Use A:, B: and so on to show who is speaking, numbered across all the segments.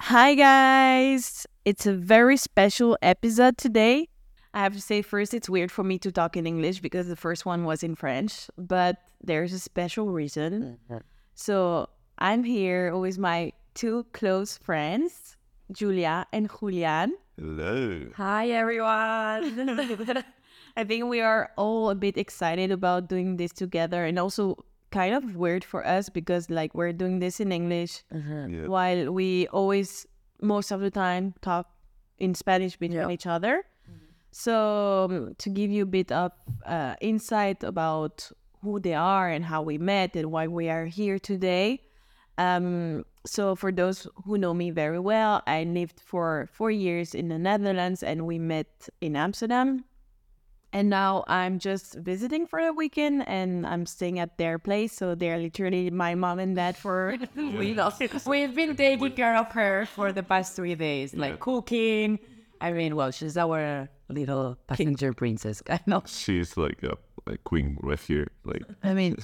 A: Hi, guys. It's a very special episode today. I have to say, first, it's weird for me to talk in English because the first one was in French, but there's a special reason.
B: Mm-hmm.
A: So I'm here with my two close friends, Julia and Julian.
C: Hello.
A: Hi, everyone. I think we are all a bit excited about doing this together and also kind of weird for us because, like, we're doing this in English
C: Yeah.
A: while we always, most of the time, talk in Spanish between
B: Yeah.
A: each other. So, um, to give you a bit of uh, insight about who they are and how we met and why we are here today. Um, so, for those who know me very well, I lived for four years in the Netherlands and we met in Amsterdam. And now I'm just visiting for a weekend and I'm staying at their place. So, they're literally my mom and dad for
B: We lost. We've been taking care of her for the past three days, like cooking. I mean, well, she's our little passenger princess, kind of.
C: She's like a, a queen right here. Like
B: I mean,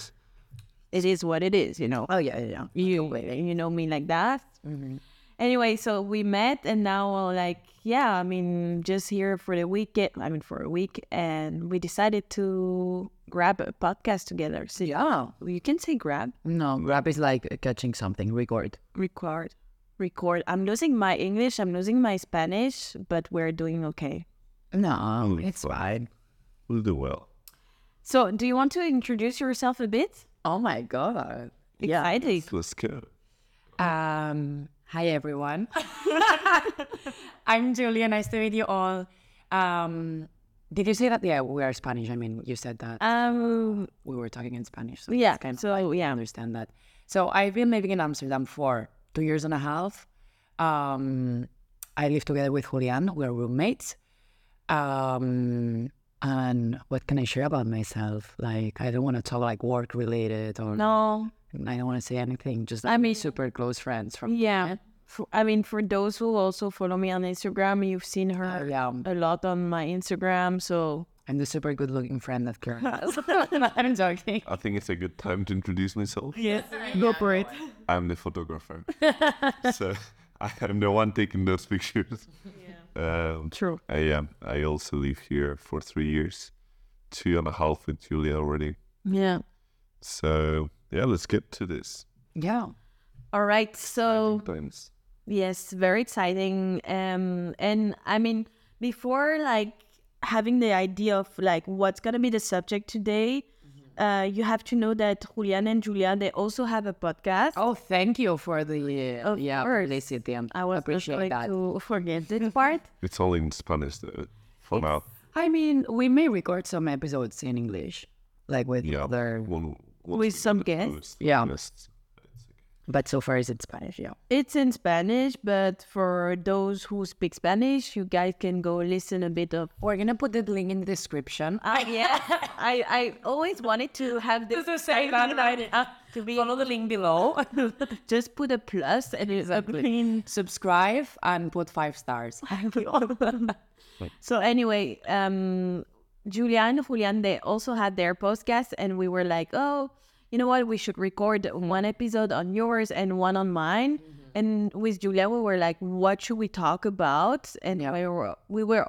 A: it is what it is, you know.
B: oh yeah, yeah. Mm-hmm.
A: you you know me like that. Anyway, so we met, and now uh, like yeah, I mean just here for the weekend. I mean for a week, and we decided to grab a podcast together. So
B: Yeah.
A: you can say grab,
B: No, grab is like catching something, record.
A: record, record. I'm losing my English. I'm losing my Spanish, but we're doing okay.
B: No, Oh, it's fine.
C: we'll do well.
A: So do you want to introduce yourself a bit?
B: Oh my god.
A: Excited.
C: Let's go.
D: Um, hi everyone. I'm Julia. Nice to meet you all. Um, did you say that? Yeah, we are Spanish. I mean, you said
B: Uh,
D: that
A: Um.
D: we were talking in Spanish. So
A: Yeah.
D: it's kind of-
A: So
D: I
A: yeah.
D: understand that. So I've been living in Amsterdam for two years and a half. Um, I live together with Julian. We're roommates. Um, and what can I share about myself? Like, I don't want to talk like work related or
A: No.
D: I don't want to say anything. Just
A: I
D: I
A: mean-
D: mean, super close friends from
A: Yeah. For, I mean, for those who also follow me on Instagram, you've seen her
D: yeah.
A: a lot on my Instagram. So
D: um, I'm the super good looking friend that Karen has. I'm joking.
C: I think it's a good time to introduce myself.
D: Yes, go for it.
C: I'm the photographer. so I am the one taking those pictures. Um,
A: true.
C: I am. I also live here for three years, two and a half with Julia already.
A: Yeah.
C: So yeah, let's get to this.
D: Yeah.
A: All right. So
C: Times.
A: yes, very exciting. Um, and I mean, before like having the idea of like what's gonna be the subject today,
D: Mm-hmm.
A: uh, you have to know that Julian and Julia they also have a podcast.
D: Oh, thank you for the uh,
A: Of
D: yeah
A: course.
D: publicity. I
A: I was just
D: appreciate
A: going
D: that.
A: to forget this part.
C: It's all in Spanish though. For now.
D: I mean, we may record some episodes in English, like with
C: Yeah.
D: other,
C: One, one
A: With some
C: guests.
D: Yeah.
C: Guests.
D: but so far is in Spanish. Yeah.
A: It's in Spanish, but for those who speak Spanish, you guys can go listen a bit of.
D: We're gonna put the link in the description.
A: Ah, yeah, I, I always wanted to have this.
D: To say that, right?
A: to be
D: Follow the link below.
A: just put a plus and it's a green.
D: Uh, Subscribe and put five stars.
A: So anyway, um, Julian, Julian, they also had their podcast, and we were like, oh, you know what? We should record one episode on yours and one on mine. And with Julia, we were like, what should we talk about? And
D: Yeah.
A: we were we were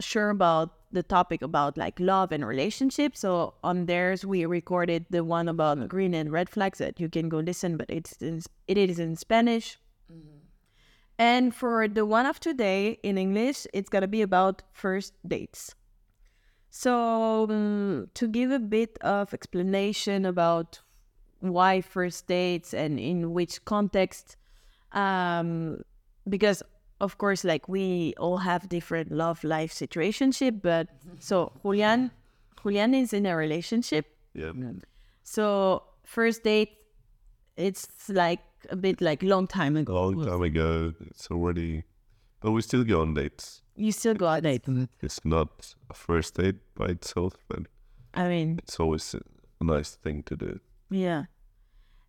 A: sure about the topic about like love and relationships. So on theirs, we recorded the one about green and red flags that you can go listen, but it's in, it is in Spanish. And for the one of today in English, it's gonna be about first dates. So um, to give a bit of explanation about why first dates and in which context, um, because of course, like we all have different love life situationship, but so Julian, Julian is in a relationship,
C: Yeah.
A: so first date, it's like a bit like long time ago.
C: long time ago. It's already, but we still go on dates.
A: You still go on date.
C: It's not a first date by itself, but
A: I mean,
C: it's always a nice thing to do.
A: Yeah.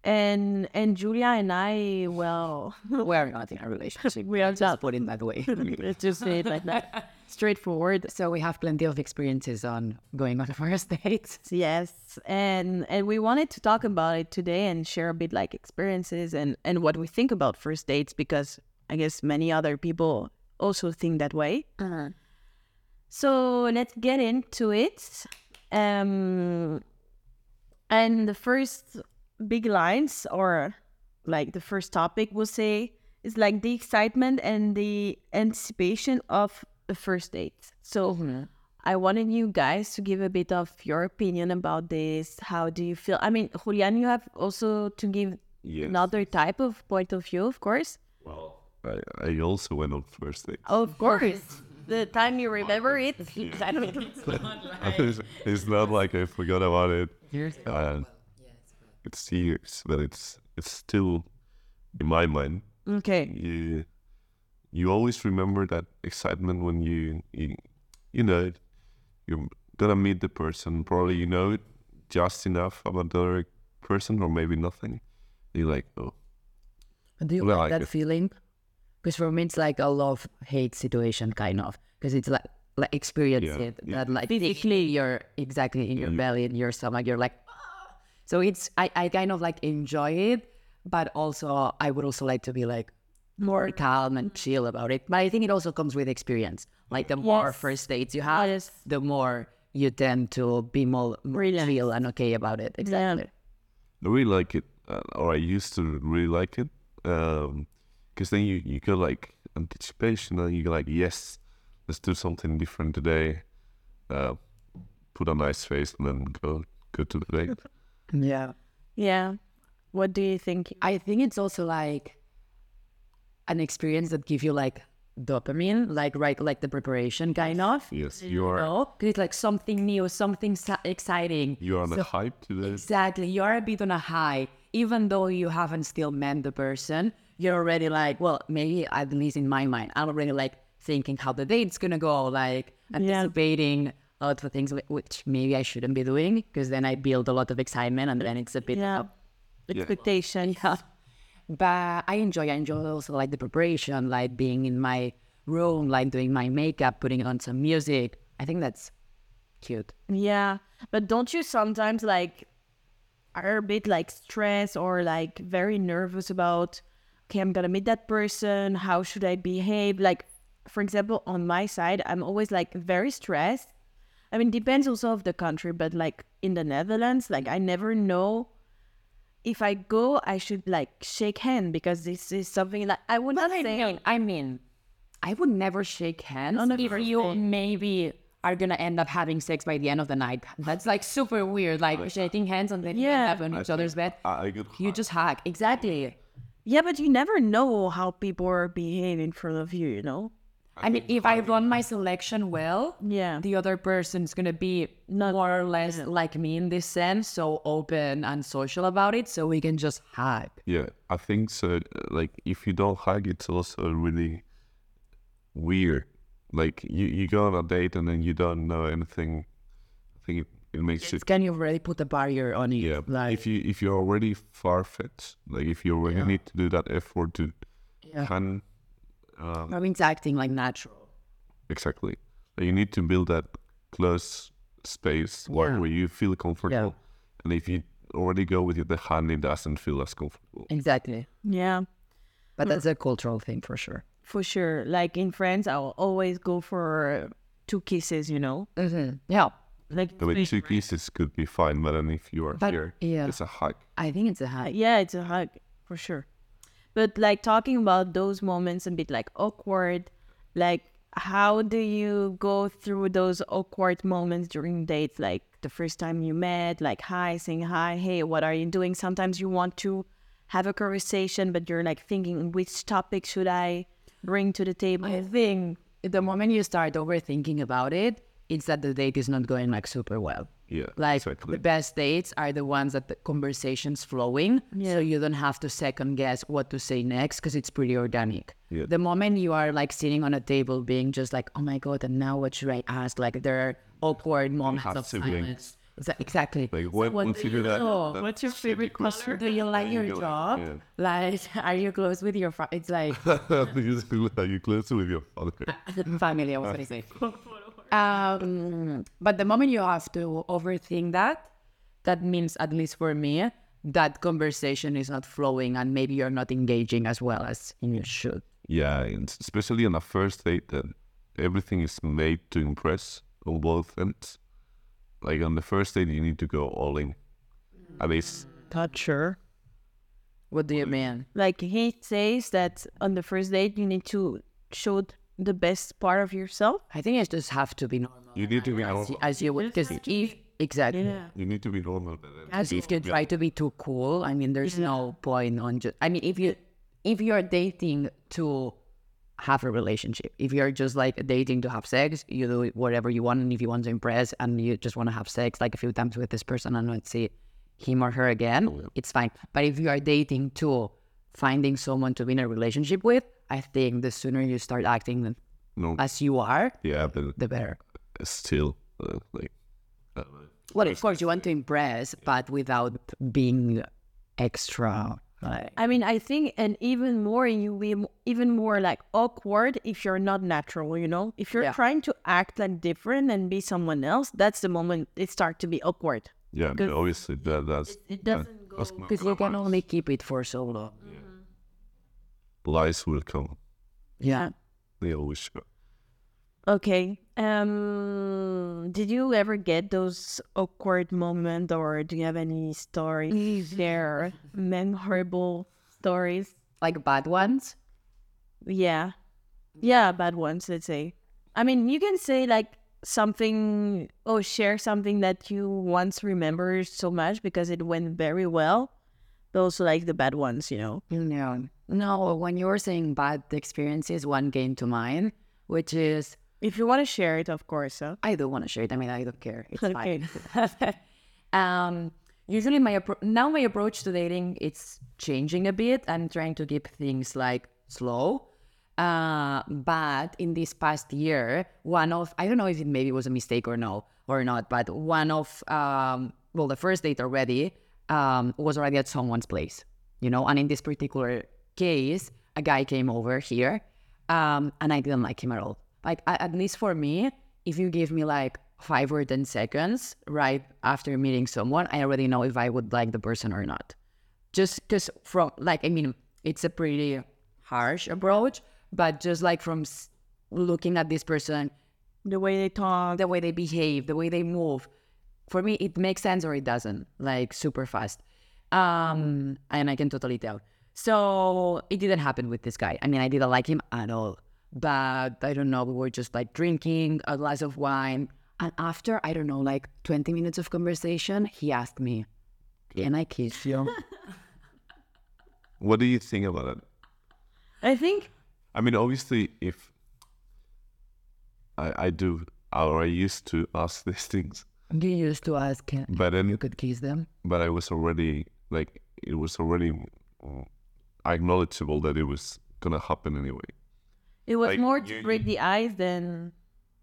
A: And and Julia and I, well,
D: We're not in a relationship.
A: We are
D: Just
A: not.
D: put it that way.
A: let's just say it like that, straightforward.
D: So we have plenty of experiences on going on first dates.
A: Yes, and and we wanted to talk about it today and share a bit like experiences and and what we think about first dates because I guess many other people also think that way.
B: Uh-huh.
A: So let's get into it. Um, and the first big lines, or like the first topic, we'll say, is like the excitement and the anticipation of the first date. So I wanted you guys to give a bit of your opinion about this. How do you feel? I mean, Julian, you have also to give
C: Yes.
A: another type of point of view, of course.
C: Well, I, I also went on first date.
A: Of course. the time you remember it.
C: it's, it's not like I forgot about it. Uh, it's years, but it's it's still in my mind.
A: okay.
C: You you always remember that excitement when you you, you know it. You're gonna meet the person. Probably you know it just enough about the other person, or maybe nothing. You're like, oh,
D: And do you
C: Well,
D: like
C: I
D: that
C: guess-
D: feeling? Because for me, it's like a love hate situation, kind of. Because it's like like experience
C: Yeah,
D: it
C: yeah. Mm.
D: that like physically you're exactly in your belly in your stomach. You're like, "Ah." so it's I I kind of like enjoy it, but also I would also like to be like more calm and chill about it. But I think it also comes with experience. Like the more first dates you have,
A: Yes.
D: the more you tend to be more, more chill and okay about it. Exactly.
C: I really like it, uh, or I used to really like it, because then you you go like anticipation, and you go like, yes, let's do something different today. Uh, put a nice face, and then go go to the date.
D: yeah.
A: Yeah. What do you think?
D: I think it's also like an experience that gives you like dopamine, like right, like the preparation kind of.
C: yes, you are
D: No, 'Cause it's like something new, something sa- exciting.
C: you are on a hype today.
D: Exactly, you're a bit on a high, even though you haven't still met the person. You're already like, well, maybe at least in my mind, I'm already like thinking how the date's gonna go, like anticipating a lot of things, whi- which maybe I shouldn't be doing because then I build a lot of excitement and then it's a bit
A: Yeah. Expectation. Yeah.
D: but I enjoy. I enjoy also like the preparation, like being in my room, like doing my makeup, putting on some music. I think that's cute.
A: Yeah. But don't you sometimes like are a bit like stressed or like very nervous about okay, I'm gonna meet that person, how should I behave? Like for example, on my side, I'm always like very stressed. I mean depends also of the country, but like in the Netherlands, like I never know if I go, I should like shake hand because this is something like I would not
B: I
A: say
B: mean, I mean,
D: I would never shake hands
A: On a
D: if
A: first
D: you
A: date.
D: maybe are gonna end up having sex by the end of the night. That's like super weird. Like shaking hands and then
A: Yeah.
D: yeah. you end up on each other's bed.
C: I, I got
D: You just hug. Exactly.
A: Yeah, but you never know how people are behaving in front of you, you know?
D: I mean, if I run my selection well,
A: Yeah.
D: the other person's gonna be more or less like me in this sense, so open and social about it, so we can just hug.
C: Yeah, I think so. Like, if you don't hug, it's also really weird. Like, you, you go on a date and then you don't know anything. I think it, it makes it.
D: Can you already put a barrier on it?
C: Yeah, if you if you're already far fetched, like if you already need to do that effort to, can
D: I mean, it's acting like natural.
C: exactly, Like, you need to build that close space where, where you feel comfortable, and if you already go with the hand, it doesn't feel as comfortable.
D: Exactly.
A: Yeah.
D: But that's a cultural thing for sure.
A: for sure. Like in France, I'll always go for two kisses, you know?
D: Mm. Yeah.
A: Like,
C: I mean, two kisses could be fine, but then if you are
D: But-
C: here,
D: yeah.
C: it's a hug.
D: I think it's a hug.
A: yeah, it's a hug for sure. But like talking about those moments a bit like awkward, like how do you go through those awkward moments during dates? Like the first time you met, like hi, saying hi, hey, what are you doing? Sometimes you want to have a conversation, but you're like thinking, which topic should I bring to the table?
D: I think the moment you start overthinking about it, it's that the date is not going like super well.
C: Yeah,
D: Like
C: exactly.
D: the best dates are the ones that the conversation's flowing, so you don't have to second guess what to say next because it's pretty organic.
C: Yeah.
D: The moment you are like sitting on a table, being just like, "Oh my god," and now what should I ask? Like there are awkward moments
C: have
D: of
C: to bring-
D: silence. Exa- Exactly.
C: Like when, once you do that, that
D: what's your
C: shitty
D: favorite color?
C: question,
D: Do you like
C: then
D: your
C: go
D: job?
C: yeah.
D: Like, are you close with your? Fa- it's like
C: you just feel like you're closer with your father.
A: Uh,
D: family. I was gonna say. Um, but the moment you have to overthink that, that means at least for me that conversation is not flowing and maybe you're not engaging as well as you should.
C: Yeah, and especially on a first date, that everything is made to impress on both ends. Like on the first date, you need to go all in. At least,
A: Not sure.
D: What do you mean?
A: Like he says that on the first date you need to show the best part of yourself.
D: I think I just have to be normal.
C: you need to be normal.
D: As you would, because if, exactly.
C: You need to be normal. but then-
D: As if you try to be too cool, I mean, there's no point on just. I mean, if you if you're dating to have a relationship, if you're just like dating to have sex, you do whatever you want, and if you want to impress and you just want to have sex like a few times with this person and not see him or her again, it's fine. But if you are dating to finding someone to be in a relationship with, I think the sooner you start acting
C: No.
D: as you are,
C: Yeah, but
D: the better.
C: still, uh, like, I don't know.
D: Well, of course, you want to impress, but without being extra. Like,
A: I mean, I think, and even more, you be m- even more like awkward if you're not natural. You know, if you're
D: Yeah.
A: trying to act like different and be someone else, that's the moment it starts to be awkward.
C: yeah, but obviously that, that's
A: It doesn't go.
C: that's not
D: Because you can only keep it for so long.
C: lies will come.
D: Yeah.
C: They always go.
A: Okay. Um, did you ever get those awkward moments, or do you have any stories there, memorable stories?
D: Like bad ones.
A: Yeah. Yeah, bad ones, let's say. I mean, you can say like something or share something that you once remember so much because it went very well. But also like the bad ones, you know.
D: No. No, when you were saying bad experiences, one came to mind, which is
A: If you want to share it, of course. Huh?
D: I don't want to share it. I mean, I don't care. It's
A: Okay.
D: fine. um, usually, my appro- now my approach to dating it's changing a bit. I'm trying to keep things like slow. Uh, but in this past year, one of I don't know if it maybe was a mistake or no or not, but one of um, well, the first date already um, was already at someone's place, you know. And in this particular case, a guy came over here um, and I didn't like him at all. Like a- at least for me, if you give me like five or ten seconds right after meeting someone, I already know if I would like the person or not. Just because from like I mean, it's a pretty harsh approach, but just like from s- looking at this person,
A: The way they talk.
D: the way they behave, the way they move. For me, it makes sense or it doesn't, like super fast. Um, and I can totally tell. So it didn't happen with this guy. I mean, I didn't like him at all. But I don't know, we were just like drinking a glass of wine. And after, I don't know, like 20 minutes of conversation, he asked me, Can I kiss you?
C: What do you think about it?
A: I think
C: I mean, obviously, if I I do or I used to ask these things,
D: you used to ask, Can
C: but then
D: you could kiss them?
C: but I was already like it was already mm, acknowledgeable that it was gonna happen anyway.
A: it was
C: Like,
A: more
C: you-
A: to
C: you-
A: break the ice than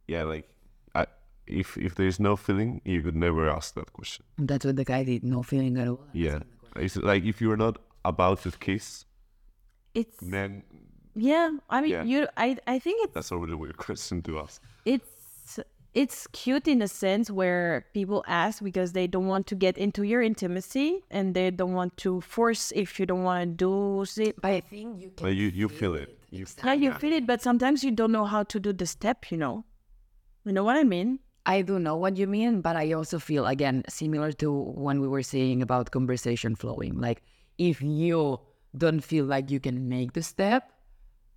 C: Yeah, like I, if if there's no feeling, you could never ask that question.
D: That's what the guy did, no feeling at all.
C: Yeah, it's like if you're not about to kiss,
A: it's
C: then
A: yeah. I mean
C: Yeah.
A: you I I think it's
C: that's a really weird question to ask.
A: it's it's cute in a sense where people ask because they don't want to get into your intimacy and they don't want to force if you don't want to do it.
D: But I think you can.
C: Like you you feel it. You,
A: Yeah, you feel it, but sometimes you don't know how to do the step, you know. You know what I mean?
D: I do know what you mean, but I also feel again similar to when we were saying about conversation flowing. Like if you don't feel like you can make the step,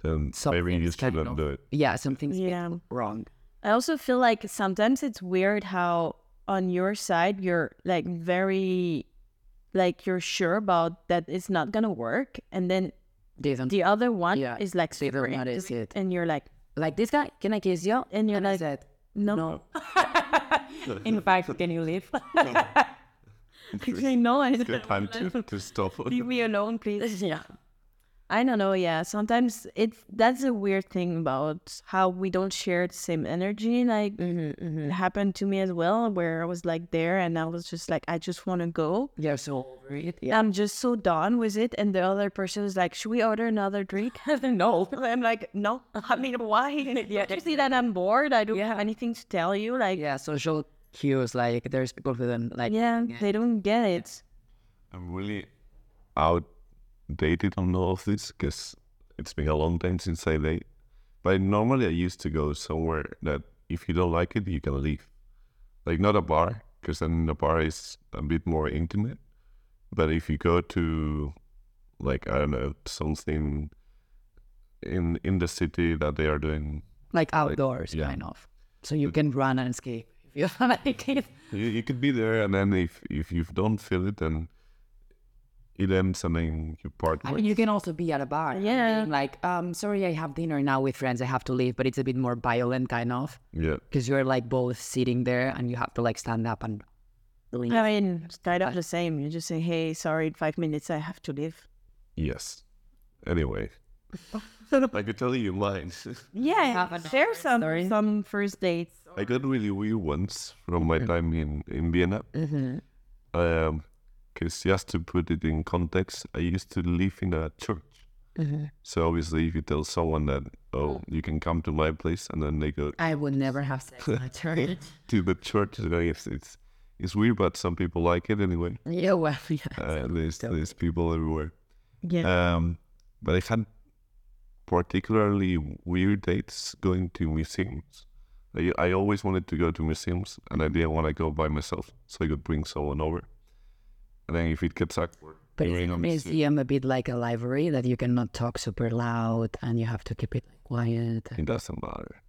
C: then maybe you
D: something's kind
C: shouldn't
D: of-
C: do it.
D: yeah, something's
A: Yeah.
D: wrong.
A: I also feel like sometimes it's weird how on your side you're like very like you're sure about that it's not gonna work and then
D: They don't
A: the other one
D: Yeah,
A: is like
D: they
A: super
D: don't
A: into
D: notice it.
A: and you're like
D: Like this guy, can I kiss you?
A: And you're
D: I
A: like,
D: said,
A: no,
B: In fact, can you leave?
A: Okay, no I
C: Good time to, to stop.
A: leave me alone please
D: yeah.
A: I don't know. Yeah, sometimes it that's a weird thing about how we don't share the same energy. Like it happened to me as well, where I was like there, and I was just like, I just want to go.
D: You're so over it. Yeah.
A: I'm just so done with it. And the other person is like, Should we order another drink?
B: no.
A: I'm like, No. I mean, why? yeah. You see that I'm bored. I don't have anything to tell you. Like, yeah,
D: Yeah, social cues. Like there's people who don't like.
A: they don't get it.
C: I'm really outdated on all of this because it's been a long time since I date. But normally I used to go somewhere that if you don't like it, you can leave. Like not a bar, because then the bar is a bit more intimate. But if you go to, like I don't know, something in in the city that they are doing,
D: like outdoors,
C: yeah.
D: kind of. So you can run and escape if you don't like it.
C: you, you could be there, and then if if you don't feel it, then it ends, and then you part
D: I
C: ways.
D: mean, you can also be at a bar. and
A: Yeah.
D: being Like, um, sorry, I have dinner now with friends. I have to leave, but it's a bit more violent, kind of,
C: Yeah.
D: because you're like both sitting there and you have to like stand up and. leave.
A: I mean, it's kind of the same. You just say, "Hey, sorry, in five minutes I have to leave."
C: Yes. Anyway, I could tell you mine.
A: Yeah, share some some first dates.
C: I got really weird ones from my time in in Vienna.
D: Mhm.
C: Um, because just to put it in context, I used to live in a church. So obviously, if you tell someone that, oh, you can come to my place, and then they go
D: I would never have sex in a church.
C: to the church, you know, it's it's, it's weird, but some people like it anyway.
D: yeah, well, yeah.
C: Uh, there's there's people everywhere.
A: Yeah.
C: Um, but I had particularly weird dates going to museums. I, I always wanted to go to museums, and I didn't want to go by myself, so I could bring someone over. And then if it gets awkward,
D: But
C: during
D: it's a
C: a museum-
D: museum a bit like a library that you cannot talk super loud and you have to keep it like, quiet.
C: It doesn't matter.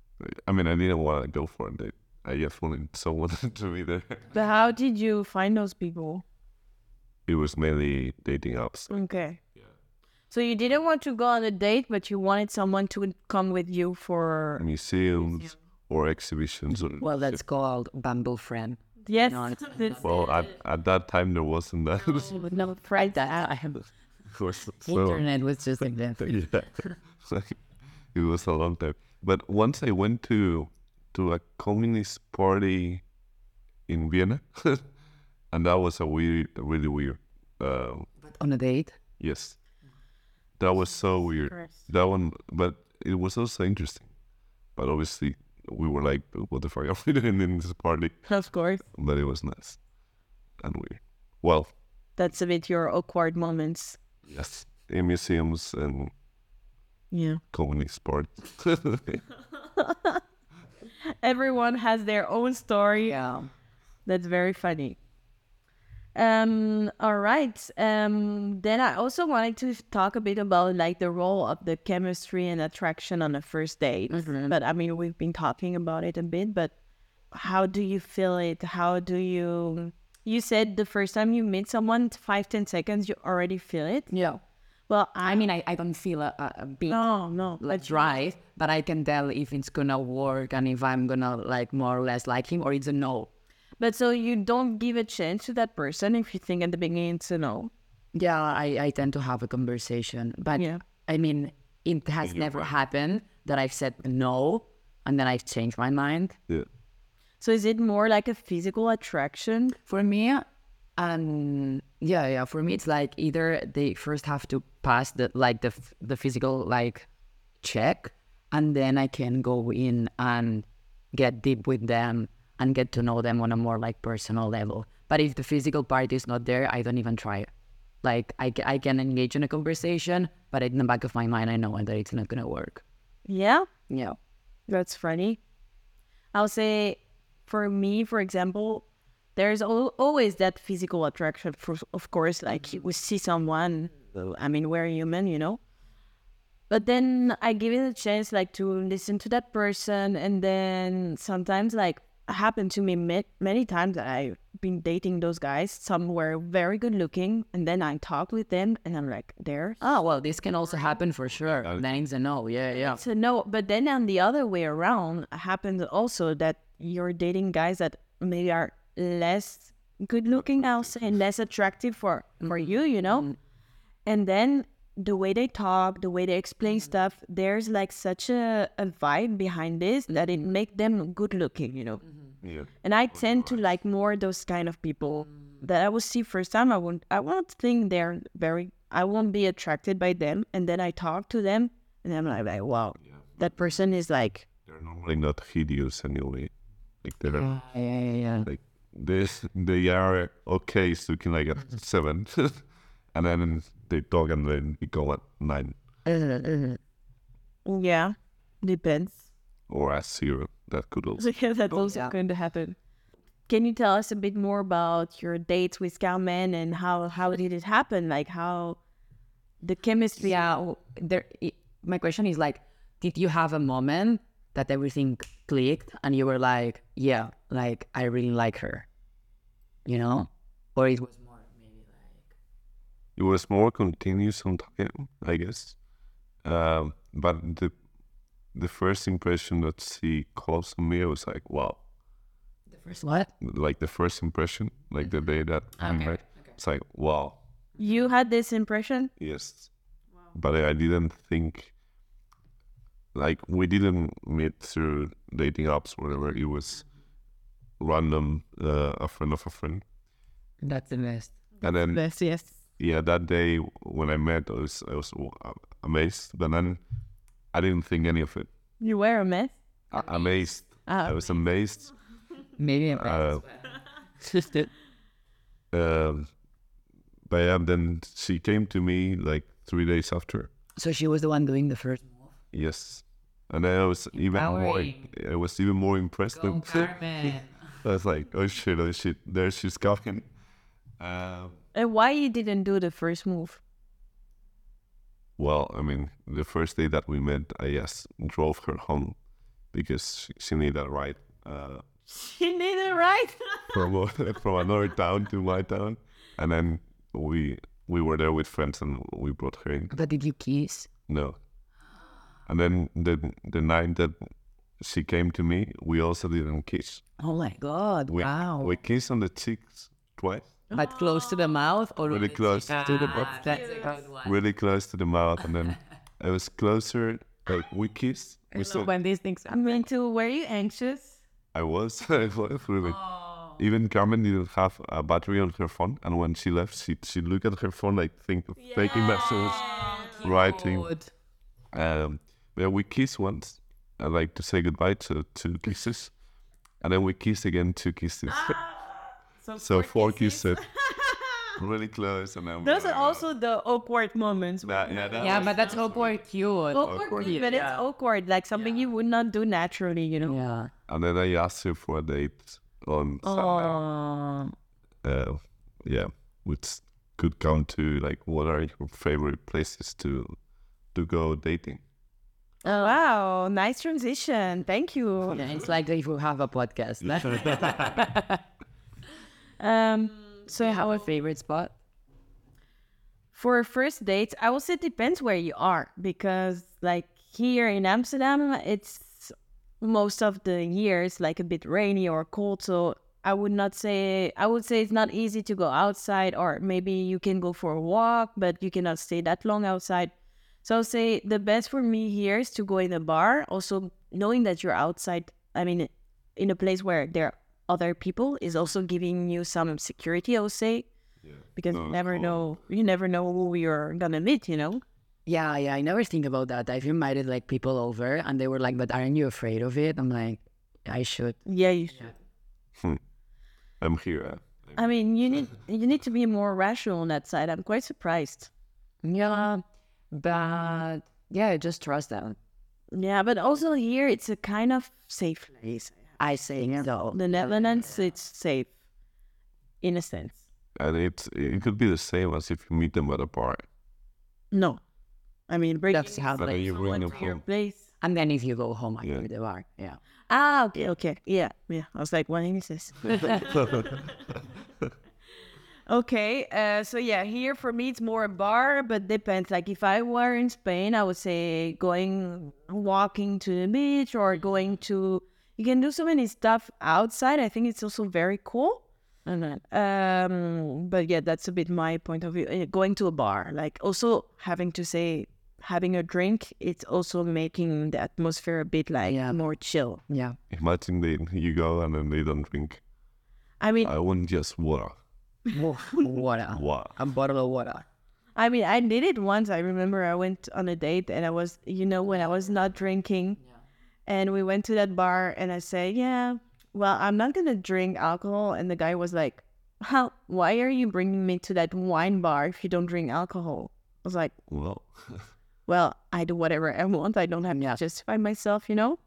C: I mean, I didn't want to go for a date. I just wanted someone to be there.
A: But how did you find those people?
C: It was mainly dating apps.
A: Okay. So you didn't want to go on a date, but you wanted someone to come with you for
C: Museums or exhibitions. Or,
D: Well, that's called bamboo friend.
A: yes.
D: No, it's
A: this-
C: well, at, at that time, there wasn't that.
D: Oh.
C: of
D: No, friend that I have.
C: course. So-
D: Internet was just like that.
C: yeah. it was a long time. But once I went to to a communist party in Vienna, and that was a weird, really weird. Uh,
D: On a date.
C: yes, that was so weird. That one, but it was also interesting. But obviously, we were like, "What the fuck are we doing in this party?"
A: Of course.
C: But it was nice and weird. Well,
A: That's a bit your awkward moments.
C: yes, in museums and
A: Yeah.
C: communist party.
A: Everyone has their own story.
D: Yeah.
A: That's very funny. Um, all right. Um, then I also wanted to talk a bit about like the role of the chemistry and attraction on a first date. But I mean, we've been talking about it a bit, but how do you feel it? How do you, you said the first time you meet someone, five, 10 seconds, you already feel it.
D: Yeah.
A: Well,
D: I mean, I, I don't feel uh, a, a, a big
A: no, no.
D: like drive, but I can tell if it's gonna work and if I'm gonna like more or less like him or it's a no.
A: But so you don't give a chance to that person if you think at the beginning it's a no.
D: Yeah, I, I tend to have a conversation, but
A: Yeah.
D: I mean, it has never happened that I've said no and then I've changed my mind.
C: yeah.
A: So is it more like a physical attraction?
D: For me, um, yeah, yeah. For me, it's like either they first have to pass the like the f- the physical like check, and then I can go in and get deep with them and get to know them on a more like personal level. But if the physical part is not there, I don't even try. Like I, ca- I can engage in a conversation, but in the back of my mind, I know that it's not gonna work.
A: Yeah.
D: Yeah.
A: That's funny. I'll say for me, for example, there's al- always that physical attraction, for, of course, like you would see someone. uh, I mean, we're human, you know? But then I give it a chance, like, to listen to that person. And then sometimes, like, happened to me ma- many times that I've been dating those guys. Some were very good looking. And then I talk with them and I'm like, there.
D: Oh well, this can also happen for sure. Then it's a no. Yeah, yeah.
A: So no, but then on the other way around happens also that you're dating guys that maybe are less good looking, I'll say, and less attractive for for you, you know. And then the way they talk, the way they explain stuff, there's like such a, a vibe behind this that it make them good looking, you know.
C: Yeah.
A: And I tend to like more those kind of people that I will see first time. I won't I won't think they're very I won't be attracted by them and then I talk to them and I'm like, like, wow. That person is like
C: They're normally not hideous anyway. Like they're
D: Yeah, yeah, yeah.
C: like this they are okay looking like at seven, and then they talk and then you go at nine
A: Yeah, depends.
C: or at zero. That could also.
A: Yeah, that's also going to happen. Can you tell us a bit more about your dates with Carmen and how how did it happen? Like how the chemistry?
B: yeah w- there i my question is like did you have a moment that everything clicked and you were like yeah like i really like her you know or it was more
C: it was more continuous on time, I guess. Um, but the the first impression that she caused on me I was like, wow.
B: the first what
C: Like the first impression, like the day that we met, it's like, wow,
A: You had this impression?
C: yes. But I, I didn't think, like, we didn't meet through dating apps or whatever. It was Mm-hmm. random, uh, a friend of a friend.
B: that's the best
C: and then
A: Yes, yes.
C: yeah, that day when I met, I was I was uh, amazed, but then I didn't think any of it.
A: You were a mess.
C: A- Amazed, I was amazed.
B: maybe I'm
C: Uh,
B: right.
C: um, but yeah, then she came to me like three days after.
D: So she was the one doing the first move.
C: Yes, and I was even more. I was even more impressed. than- I was like, oh shit, oh shit, there she's coming. Um,
A: And why you didn't do the first move?
C: Well, I mean, the first day that we met, I yes drove her home because she, she needed a ride uh,
A: She needed right.
C: from from another town to my town, and then we we were there with friends and we brought her in.
D: But did you kiss?
C: No, and then the the night that she came to me, we also didn't kiss.
D: Oh my god!
C: We,
D: wow.
C: we kissed on the cheeks twice,
D: But close to the mouth or
C: really close to the mouth,
D: That's a good one.
C: really close to the mouth, and then I was closer. Like we kissed. We still-
B: when these things
A: I mean, too, were you anxious?
C: I was, I was really. Even Carmen didn't have a battery on her phone, and when she left, she she looked at her phone like think taking messages, writing. Um, yeah, we kissed once, I like to say goodbye to two kisses, and then we kissed again two kisses. so, four kisses. really close, and then
A: Those are also the awkward moments.
C: that, yeah, that
B: yeah
C: was-
B: but that's awkward cute
A: awkward, but it's awkward, like something you would not do naturally, you know.
B: yeah
C: And then I asked her for a date on Sunday. uh, yeah, which could count to like what are your favorite places to to go dating?
A: Wow, nice transition. Thank you.
B: it's like if we have a podcast
A: Um, so how
B: our favorite spot
A: for a first dates, I will say it depends where you are because, like here in Amsterdam, it's most of the year it's like a bit rainy or cold. So I would not say I would say it's not easy to go outside, or maybe you can go for a walk, but you cannot stay that long outside. So I'll say the best for me here is to go in a bar. Also, knowing that you're outside, I mean, in a place where there are other people is also giving you some security. I would say because you never know you never know who you're gonna meet you know
D: Yeah, yeah. I never think about that. I've invited like people over, and they were like, "But aren't you afraid of it?" I'm like, "I should."
A: yeah you should.
C: I'm here. eh?
A: i mean you need you need to be more rational on that side i'm quite surprised
D: Yeah,
B: but yeah just trust them
A: yeah but also here it's a kind of safe place
D: I say so.
A: the netherlands it's safe in a sense
C: uh, And it's it could be the same as if you meet them at a bar.
A: no i mean breaking
D: That's how.
C: But then you bring them
A: your
C: home.
A: place
D: And then if you go home after
C: Yeah.
D: the bar, yeah.
A: ah okay okay yeah yeah i was like what is this Okay, uh, so yeah, here for me it's more a bar, but depends. Like if I were in Spain, I would say going walking to the beach or going to. You can do so many stuff outside. I think it's also very cool. Um, but yeah, that's a bit my point of view. Uh, Going to a bar, like also having to say having a drink, it's also making the atmosphere a bit like
D: Yeah.
A: more chill.
D: Yeah.
C: Imagine they you go and then they don't drink.
A: I mean,
C: I want just water.
D: Oof, water.
C: Water.
D: A bottle of water.
A: I mean, I did it once. I remember I went on a date and I was, you know, when I was not drinking, and we went to that bar and I said, "Yeah, well, I'm not going to drink alcohol. And the guy was like, how, why are you bringing me to that wine bar if you don't drink alcohol? I was like,
C: Well,
A: well, I do whatever I want. I don't have
E: Yeah.
A: to justify myself, you know?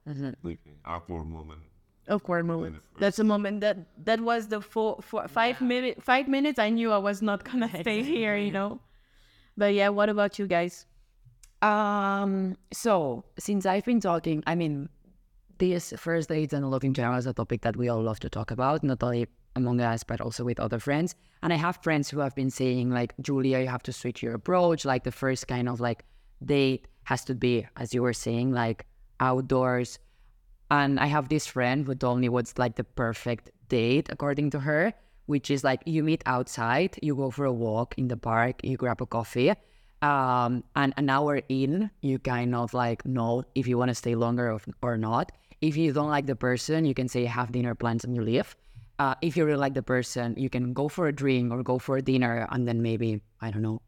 C: like awkward moment.
A: Awkward moment. That's a moment that that was the four, four five minute five minutes. I knew I was not gonna stay here, you know. But yeah, what about you guys?
E: Um,
D: So, since I've been talking, I mean, these first dates and looking to is a topic that we all love to talk about, not only among us, but also with other friends. And I have friends who have been saying, like, Julia, you have to switch your approach. Like, the first kind of like date has to be, as you were saying, like outdoors. And I have this friend who told me what's like the perfect date, according to her, which is like you meet outside, you go for a walk in the park, you grab a coffee, um, and an hour in, you kind of like know if you want to stay longer or, or not. If you don't like the person, you can say have dinner plans and you leave. Uh, if you really like the person, you can go for a drink or go for a dinner, and then maybe I don't know,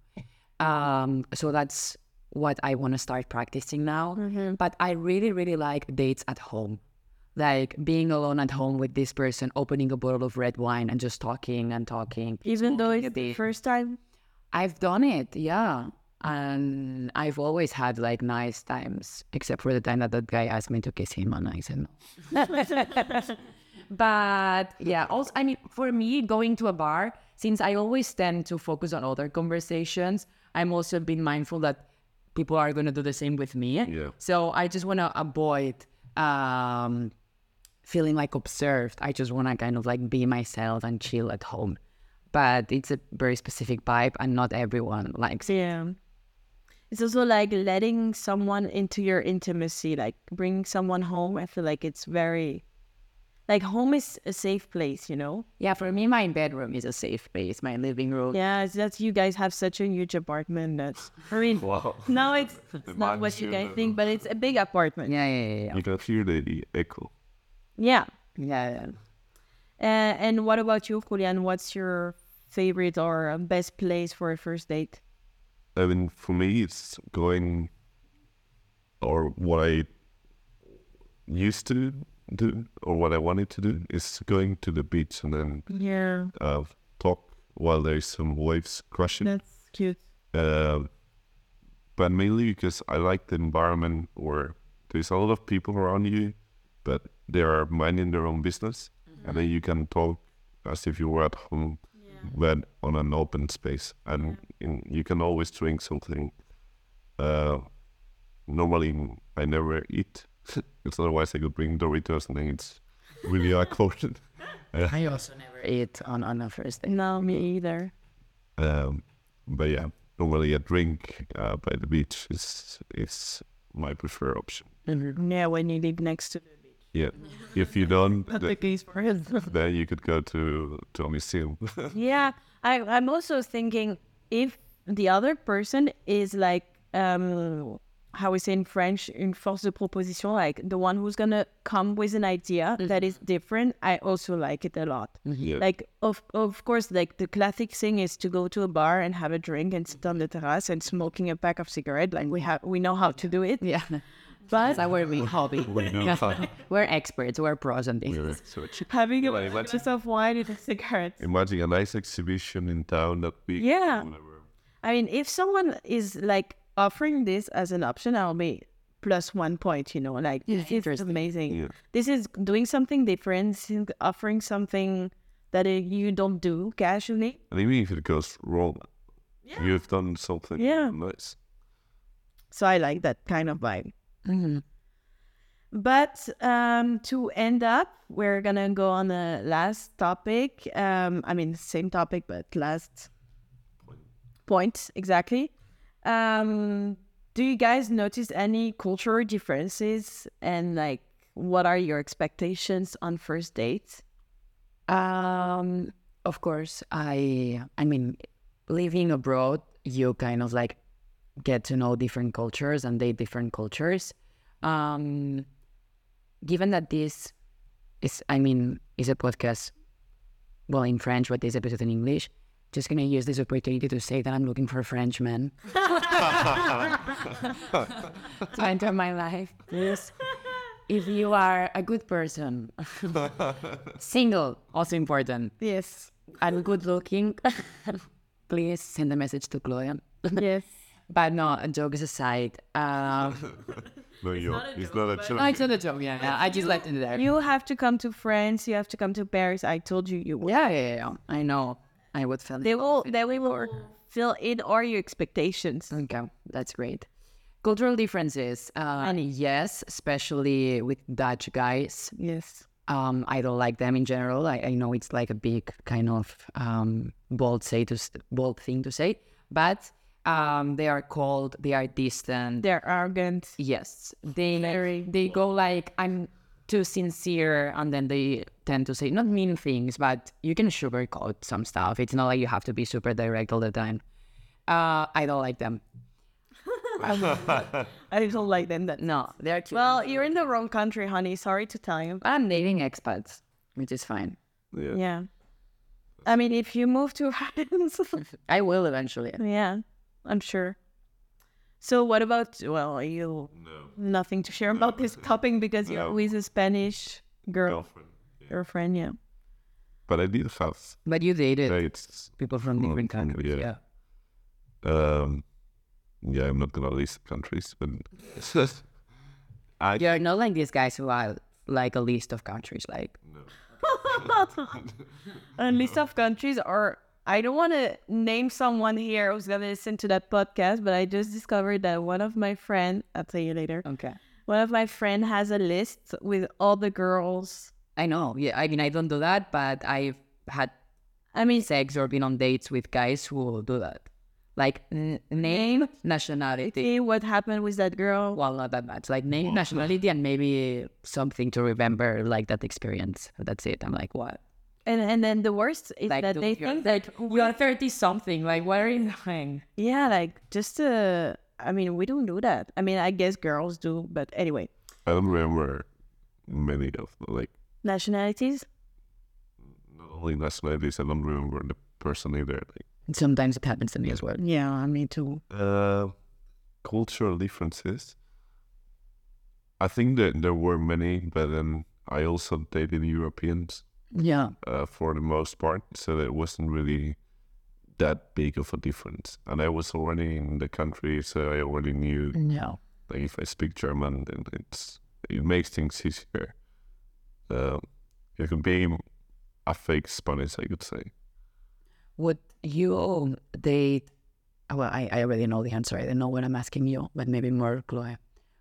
D: um, so that's what I want to start practicing now. But I really, really like dates at home. Like being alone at home with this person, opening a bottle of red wine and just talking and talking.
A: Even though it's the first time,
D: I've done it, yeah. And I've always had like nice times, except for the time that that guy asked me to kiss him, and I said no. But yeah, also, I mean, for me, going to a bar, since I always tend to focus on other conversations, I'm also being mindful that people are going to do the same with me.
C: Yeah.
D: So I just want to avoid um, feeling like observed. I just want to kind of like be myself and chill at home. But it's a very specific vibe, and not everyone likes it.
A: yeah. It's also like letting someone into your intimacy, like bringing someone home. I feel like it's very, like home is a safe place, you know.
D: Yeah, for me, my bedroom is a safe place, my living room.
A: Yeah, it's that you guys have such a huge apartment. That's I mean,
C: Wow.
A: no, it's, it's not
C: Mine
A: what you
C: too,
A: guys
C: though.
A: think, but it's a big apartment.
D: Yeah, yeah, yeah, yeah.
C: You can hear the, the echo.
A: Yeah.
D: yeah, yeah.
A: Uh, and what about you, Julian? What's your favorite or uh, best place for a first date?
C: I mean, for me, it's going or what I used to do or what I wanted to do is going to the beach and then
A: Mm. Yeah,
C: uh, talk while there's some waves crashing.
A: that's cute.
C: Uh, but mainly because I like the environment where there's a lot of people around you, but they are minding their own business, and then you can talk as if you were at home, but on an open space, and in, you can always drink something. Uh, normally, I never eat, because otherwise I could bring Doritos, and then it's really awkward.
D: I also never eat on, on a first date.
A: No, me either.
C: Um, but yeah, normally a drink uh, by the beach is is my preferred option.
A: Yeah, when you live next to the beach.
C: Yeah, if you don't, th-
A: case for him.
C: then you could go to to a museum.
A: yeah, I, I'm also thinking if the other person is like, um, how we say in French, une force de proposition, like the one who's gonna come with an idea
D: Mm-hmm.
A: that is different, I also like it a lot.
C: yeah,
A: Like of of course, like the classic thing is to go to a bar and have a drink and sit on the terrace and smoking a pack of cigarette. Like we have, we know how to do it.
D: Yeah.
A: But
D: That's our main hobby.
C: know how-
D: We're experts. We're pros on this.
C: Yeah, so it's-
A: having a
C: Like, what-
A: glass of wine and a cigarette.
C: imagine a nice exhibition in town that we
A: Yeah.
C: whatever.
A: I mean, if someone is like offering this as an option, I'll be plus one point. You know, like this is amazing.
C: Yeah.
A: This is doing something different, sin- offering something that uh, you don't do casually.
C: And even if it goes wrong, you've done something
A: Yeah.
C: nice.
A: So I like that kind of vibe. Mm-hmm. But um, to end up, we're gonna go on the last topic. Um, I mean, same topic, but last point exactly. Um, do you guys notice any cultural differences and like what are your expectations on first dates?
D: Um, of course, I I mean, living abroad, you kind of like get to know different cultures and date different cultures. Um, given that this is, I mean, is a podcast, well, in French, but this episode in English, just gonna use this opportunity to say that I'm looking for a Frenchman to enter my life. Yes. if you are a good person, single, also important,
A: Yes.
D: and good looking, please send a message to Chloe.
A: Yes.
D: But no, jokes aside, um,
C: No, you're, it's not a joke.
D: no, Oh, it's not a joke. Yeah, yeah, I just left it there.
A: You have to come to France. You have to come to Paris. I told you you would.
D: Yeah, yeah, yeah. I know. I would feel
A: They will. They will fill in all your expectations.
D: Okay, that's great. Cultural differences. Uh, yes, especially with Dutch guys.
A: Yes.
D: Um, I don't like them in general. I, I know it's like a big kind of um, bold say to s- bold thing to say, but um, they are cold. They are distant.
A: They're arrogant.
D: yes, they
A: Very
D: they go like I'm too sincere, and then they tend to say not mean things, but you can sugarcoat some stuff. It's not like you have to be super direct all the time. Uh, I don't like them.
A: I don't like them. That.
D: No, they're cute.
A: Well, you're in the wrong country, honey. Sorry to tell you.
D: I'm dating expats, which is fine.
C: Yeah.
A: Yeah. I mean, if you move to France,
D: I will eventually.
A: yeah, I'm sure. So, what about? Well, you
C: No.
A: nothing to share about this topic because you're
C: No.
A: with a Spanish girl
C: Girlfriend.
A: girlfriend. Yeah.
C: But I did have
D: But you dated
C: dates.
D: people from different
C: Mm,
D: countries.
C: yeah.
D: Yeah.
C: Um, yeah, I'm not gonna list countries, but I
D: You're not like these guys who are like a list of countries. Like,
A: a list of countries are I don't want to name someone here who's going to listen to that podcast, but I just discovered that one of my friend, I'll tell you later.
D: okay.
A: One of my friend has a list with all the girls.
D: I know. Yeah. I mean, I don't do that, but I've had
A: I mean,
D: sex or been on dates with guys who do that. Like, n- name, nationality.
A: see what happened with that girl.
D: Well, not that much. Like, name, nationality, and maybe something to remember, like that experience. That's it. I'm like, what?
A: And and then the worst is
D: Like,
A: that
D: do-
A: they
D: you're-
A: think
D: like, we are 30 something. Like, what are you doing?
A: yeah, like just uh I mean, we don't do that. I mean, I guess girls do, but anyway.
C: I don't remember many of like
A: Nationalities?
C: not only nationalities. I don't remember the person either. Like
D: Sometimes it happens to me as well.
A: Yeah, I mean too.
C: uh, cultural differences. I think that there were many, but then I also dated Europeans
D: Yeah.
C: uh, for the most part, so it wasn't really that big of a difference. And I was already in the country, so I already knew
D: Yeah.
C: like if I speak German, then it's it makes things easier. Um, it could be a fake Spanish, I could say.
D: Would you date? oh, Well, I, I already know the answer. I don't know what I'm asking you, but maybe more, Chloe.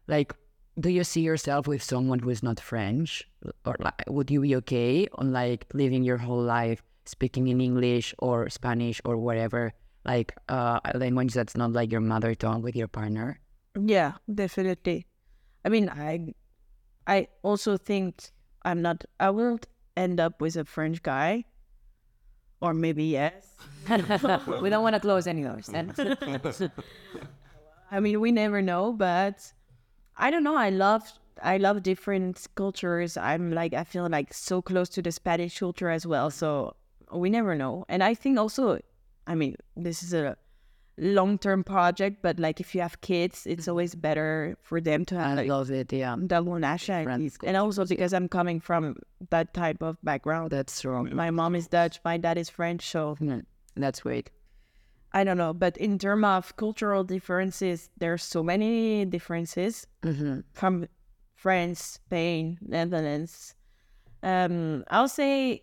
D: Like, do you see yourself with someone who is not French, or like, would you be okay on like living your whole life speaking in English or Spanish or whatever, like uh, a language that's not like your mother tongue with your partner?
A: Yeah, definitely. I mean, I I also think I'm not I won't end up with a French guy. Or maybe yes.
D: we don't want to close any doors.
A: I mean, we never know, but I don't know. I love I love different cultures. I'm like I feel like so close to the Spanish culture as well. So we never know. And I think also, I mean, this is a long term project, but like if you have kids, it's always better for them to have
D: I
A: like,
D: love it. Yeah,
A: double nationalities. And also because I'm coming from that type of background.
D: that's wrong.
A: My mom is Dutch, my dad is French, so
D: That's great.
A: I don't know, but in terms of cultural differences, there's so many differences
D: Mm-hmm.
A: from France, Spain, Netherlands. Um, I'll say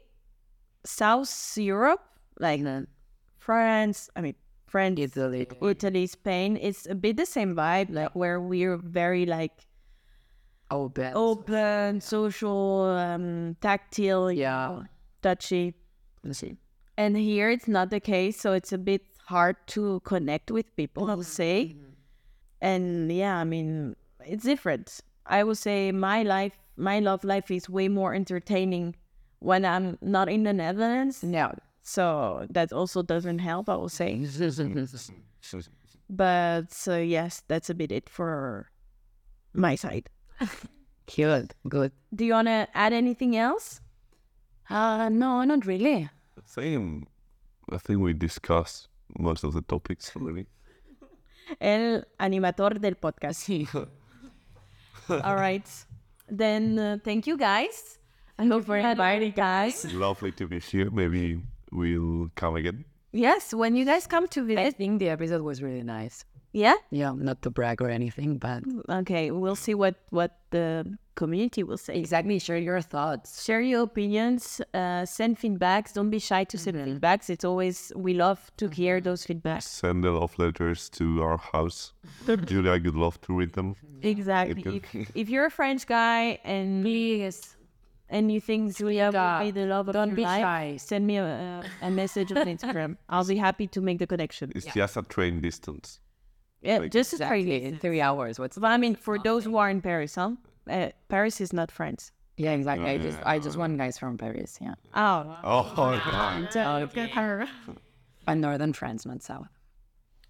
A: South Europe, like France. I mean, France,
D: Italy.
A: Italy, Spain. It's a bit the same vibe, like where we're very like
D: Oh, bet.
A: open, social, um, tactile, you
D: Yeah.
A: know, touchy.
D: Let's see.
A: And here it's not the case, so it's a bit hard to connect with people, I would say. And yeah, I mean, it's different. I would say my life, my love life is way more entertaining when I'm not in the Netherlands.
D: No.
A: So that also doesn't help, I would
D: Mm-hmm.
A: say. But so yes, that's a bit it for my side.
D: Cute. Good.
A: Do you want to add anything else?
D: Uh, no, not really.
C: Same. I think we discussed most of the topics already.
A: El animador del podcast. All right. Then uh, thank you guys. I hope we're inviting guys.
C: Lovely to be here. Maybe we'll come again.
A: Yes, when you guys come to
D: I
A: visit,
D: think the episode was really nice.
A: yeah.
B: Yeah, not to brag or anything, but
A: Mm. Okay, we'll see what what the community will say.
B: exactly share your thoughts.
A: Share your opinions. Uh, send feedbacks. Don't be shy to send
D: Mm-hmm.
A: feedbacks. It's always we love to hear those feedbacks.
C: Send the love letters to our house. Julia, would love to read them.
A: Exactly. If, if you're a French guy and
D: Please.
A: and you think Julia
D: up.
A: will be the love of
D: Don't
A: your
D: be
A: life,
D: shy.
A: send me a, a, a message on Instagram. I'll be happy to make the connection.
C: It's just a train distance.
A: Yeah, just as
B: Exactly. In
A: crazy.
B: three hours. What's
A: But I mean, for those who are in Paris, huh? Uh, Paris is not France.
D: Yeah, exactly. I just I just want guys from Paris, yeah.
A: Oh,
C: Oh, God.
D: And northern France, not south.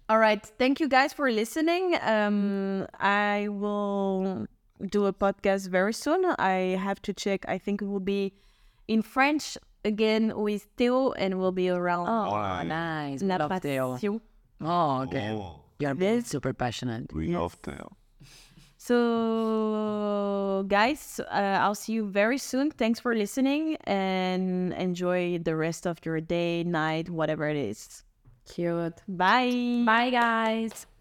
A: All right. Thank you guys for listening. Um, I will do a podcast very soon. I have to check. I think it will be in French again with Theo, and we'll be around
C: Alright.
D: Nice.
A: La
D: Oh. Love Theo.
A: Passion.
D: Oh, okay.
C: Oh,
D: You're both super passionate.
C: we love them.
A: So, guys, uh, I'll see you very soon. Thanks for listening, and enjoy the rest of your day, night, whatever it is.
D: Cute.
A: Bye.
D: Bye, guys.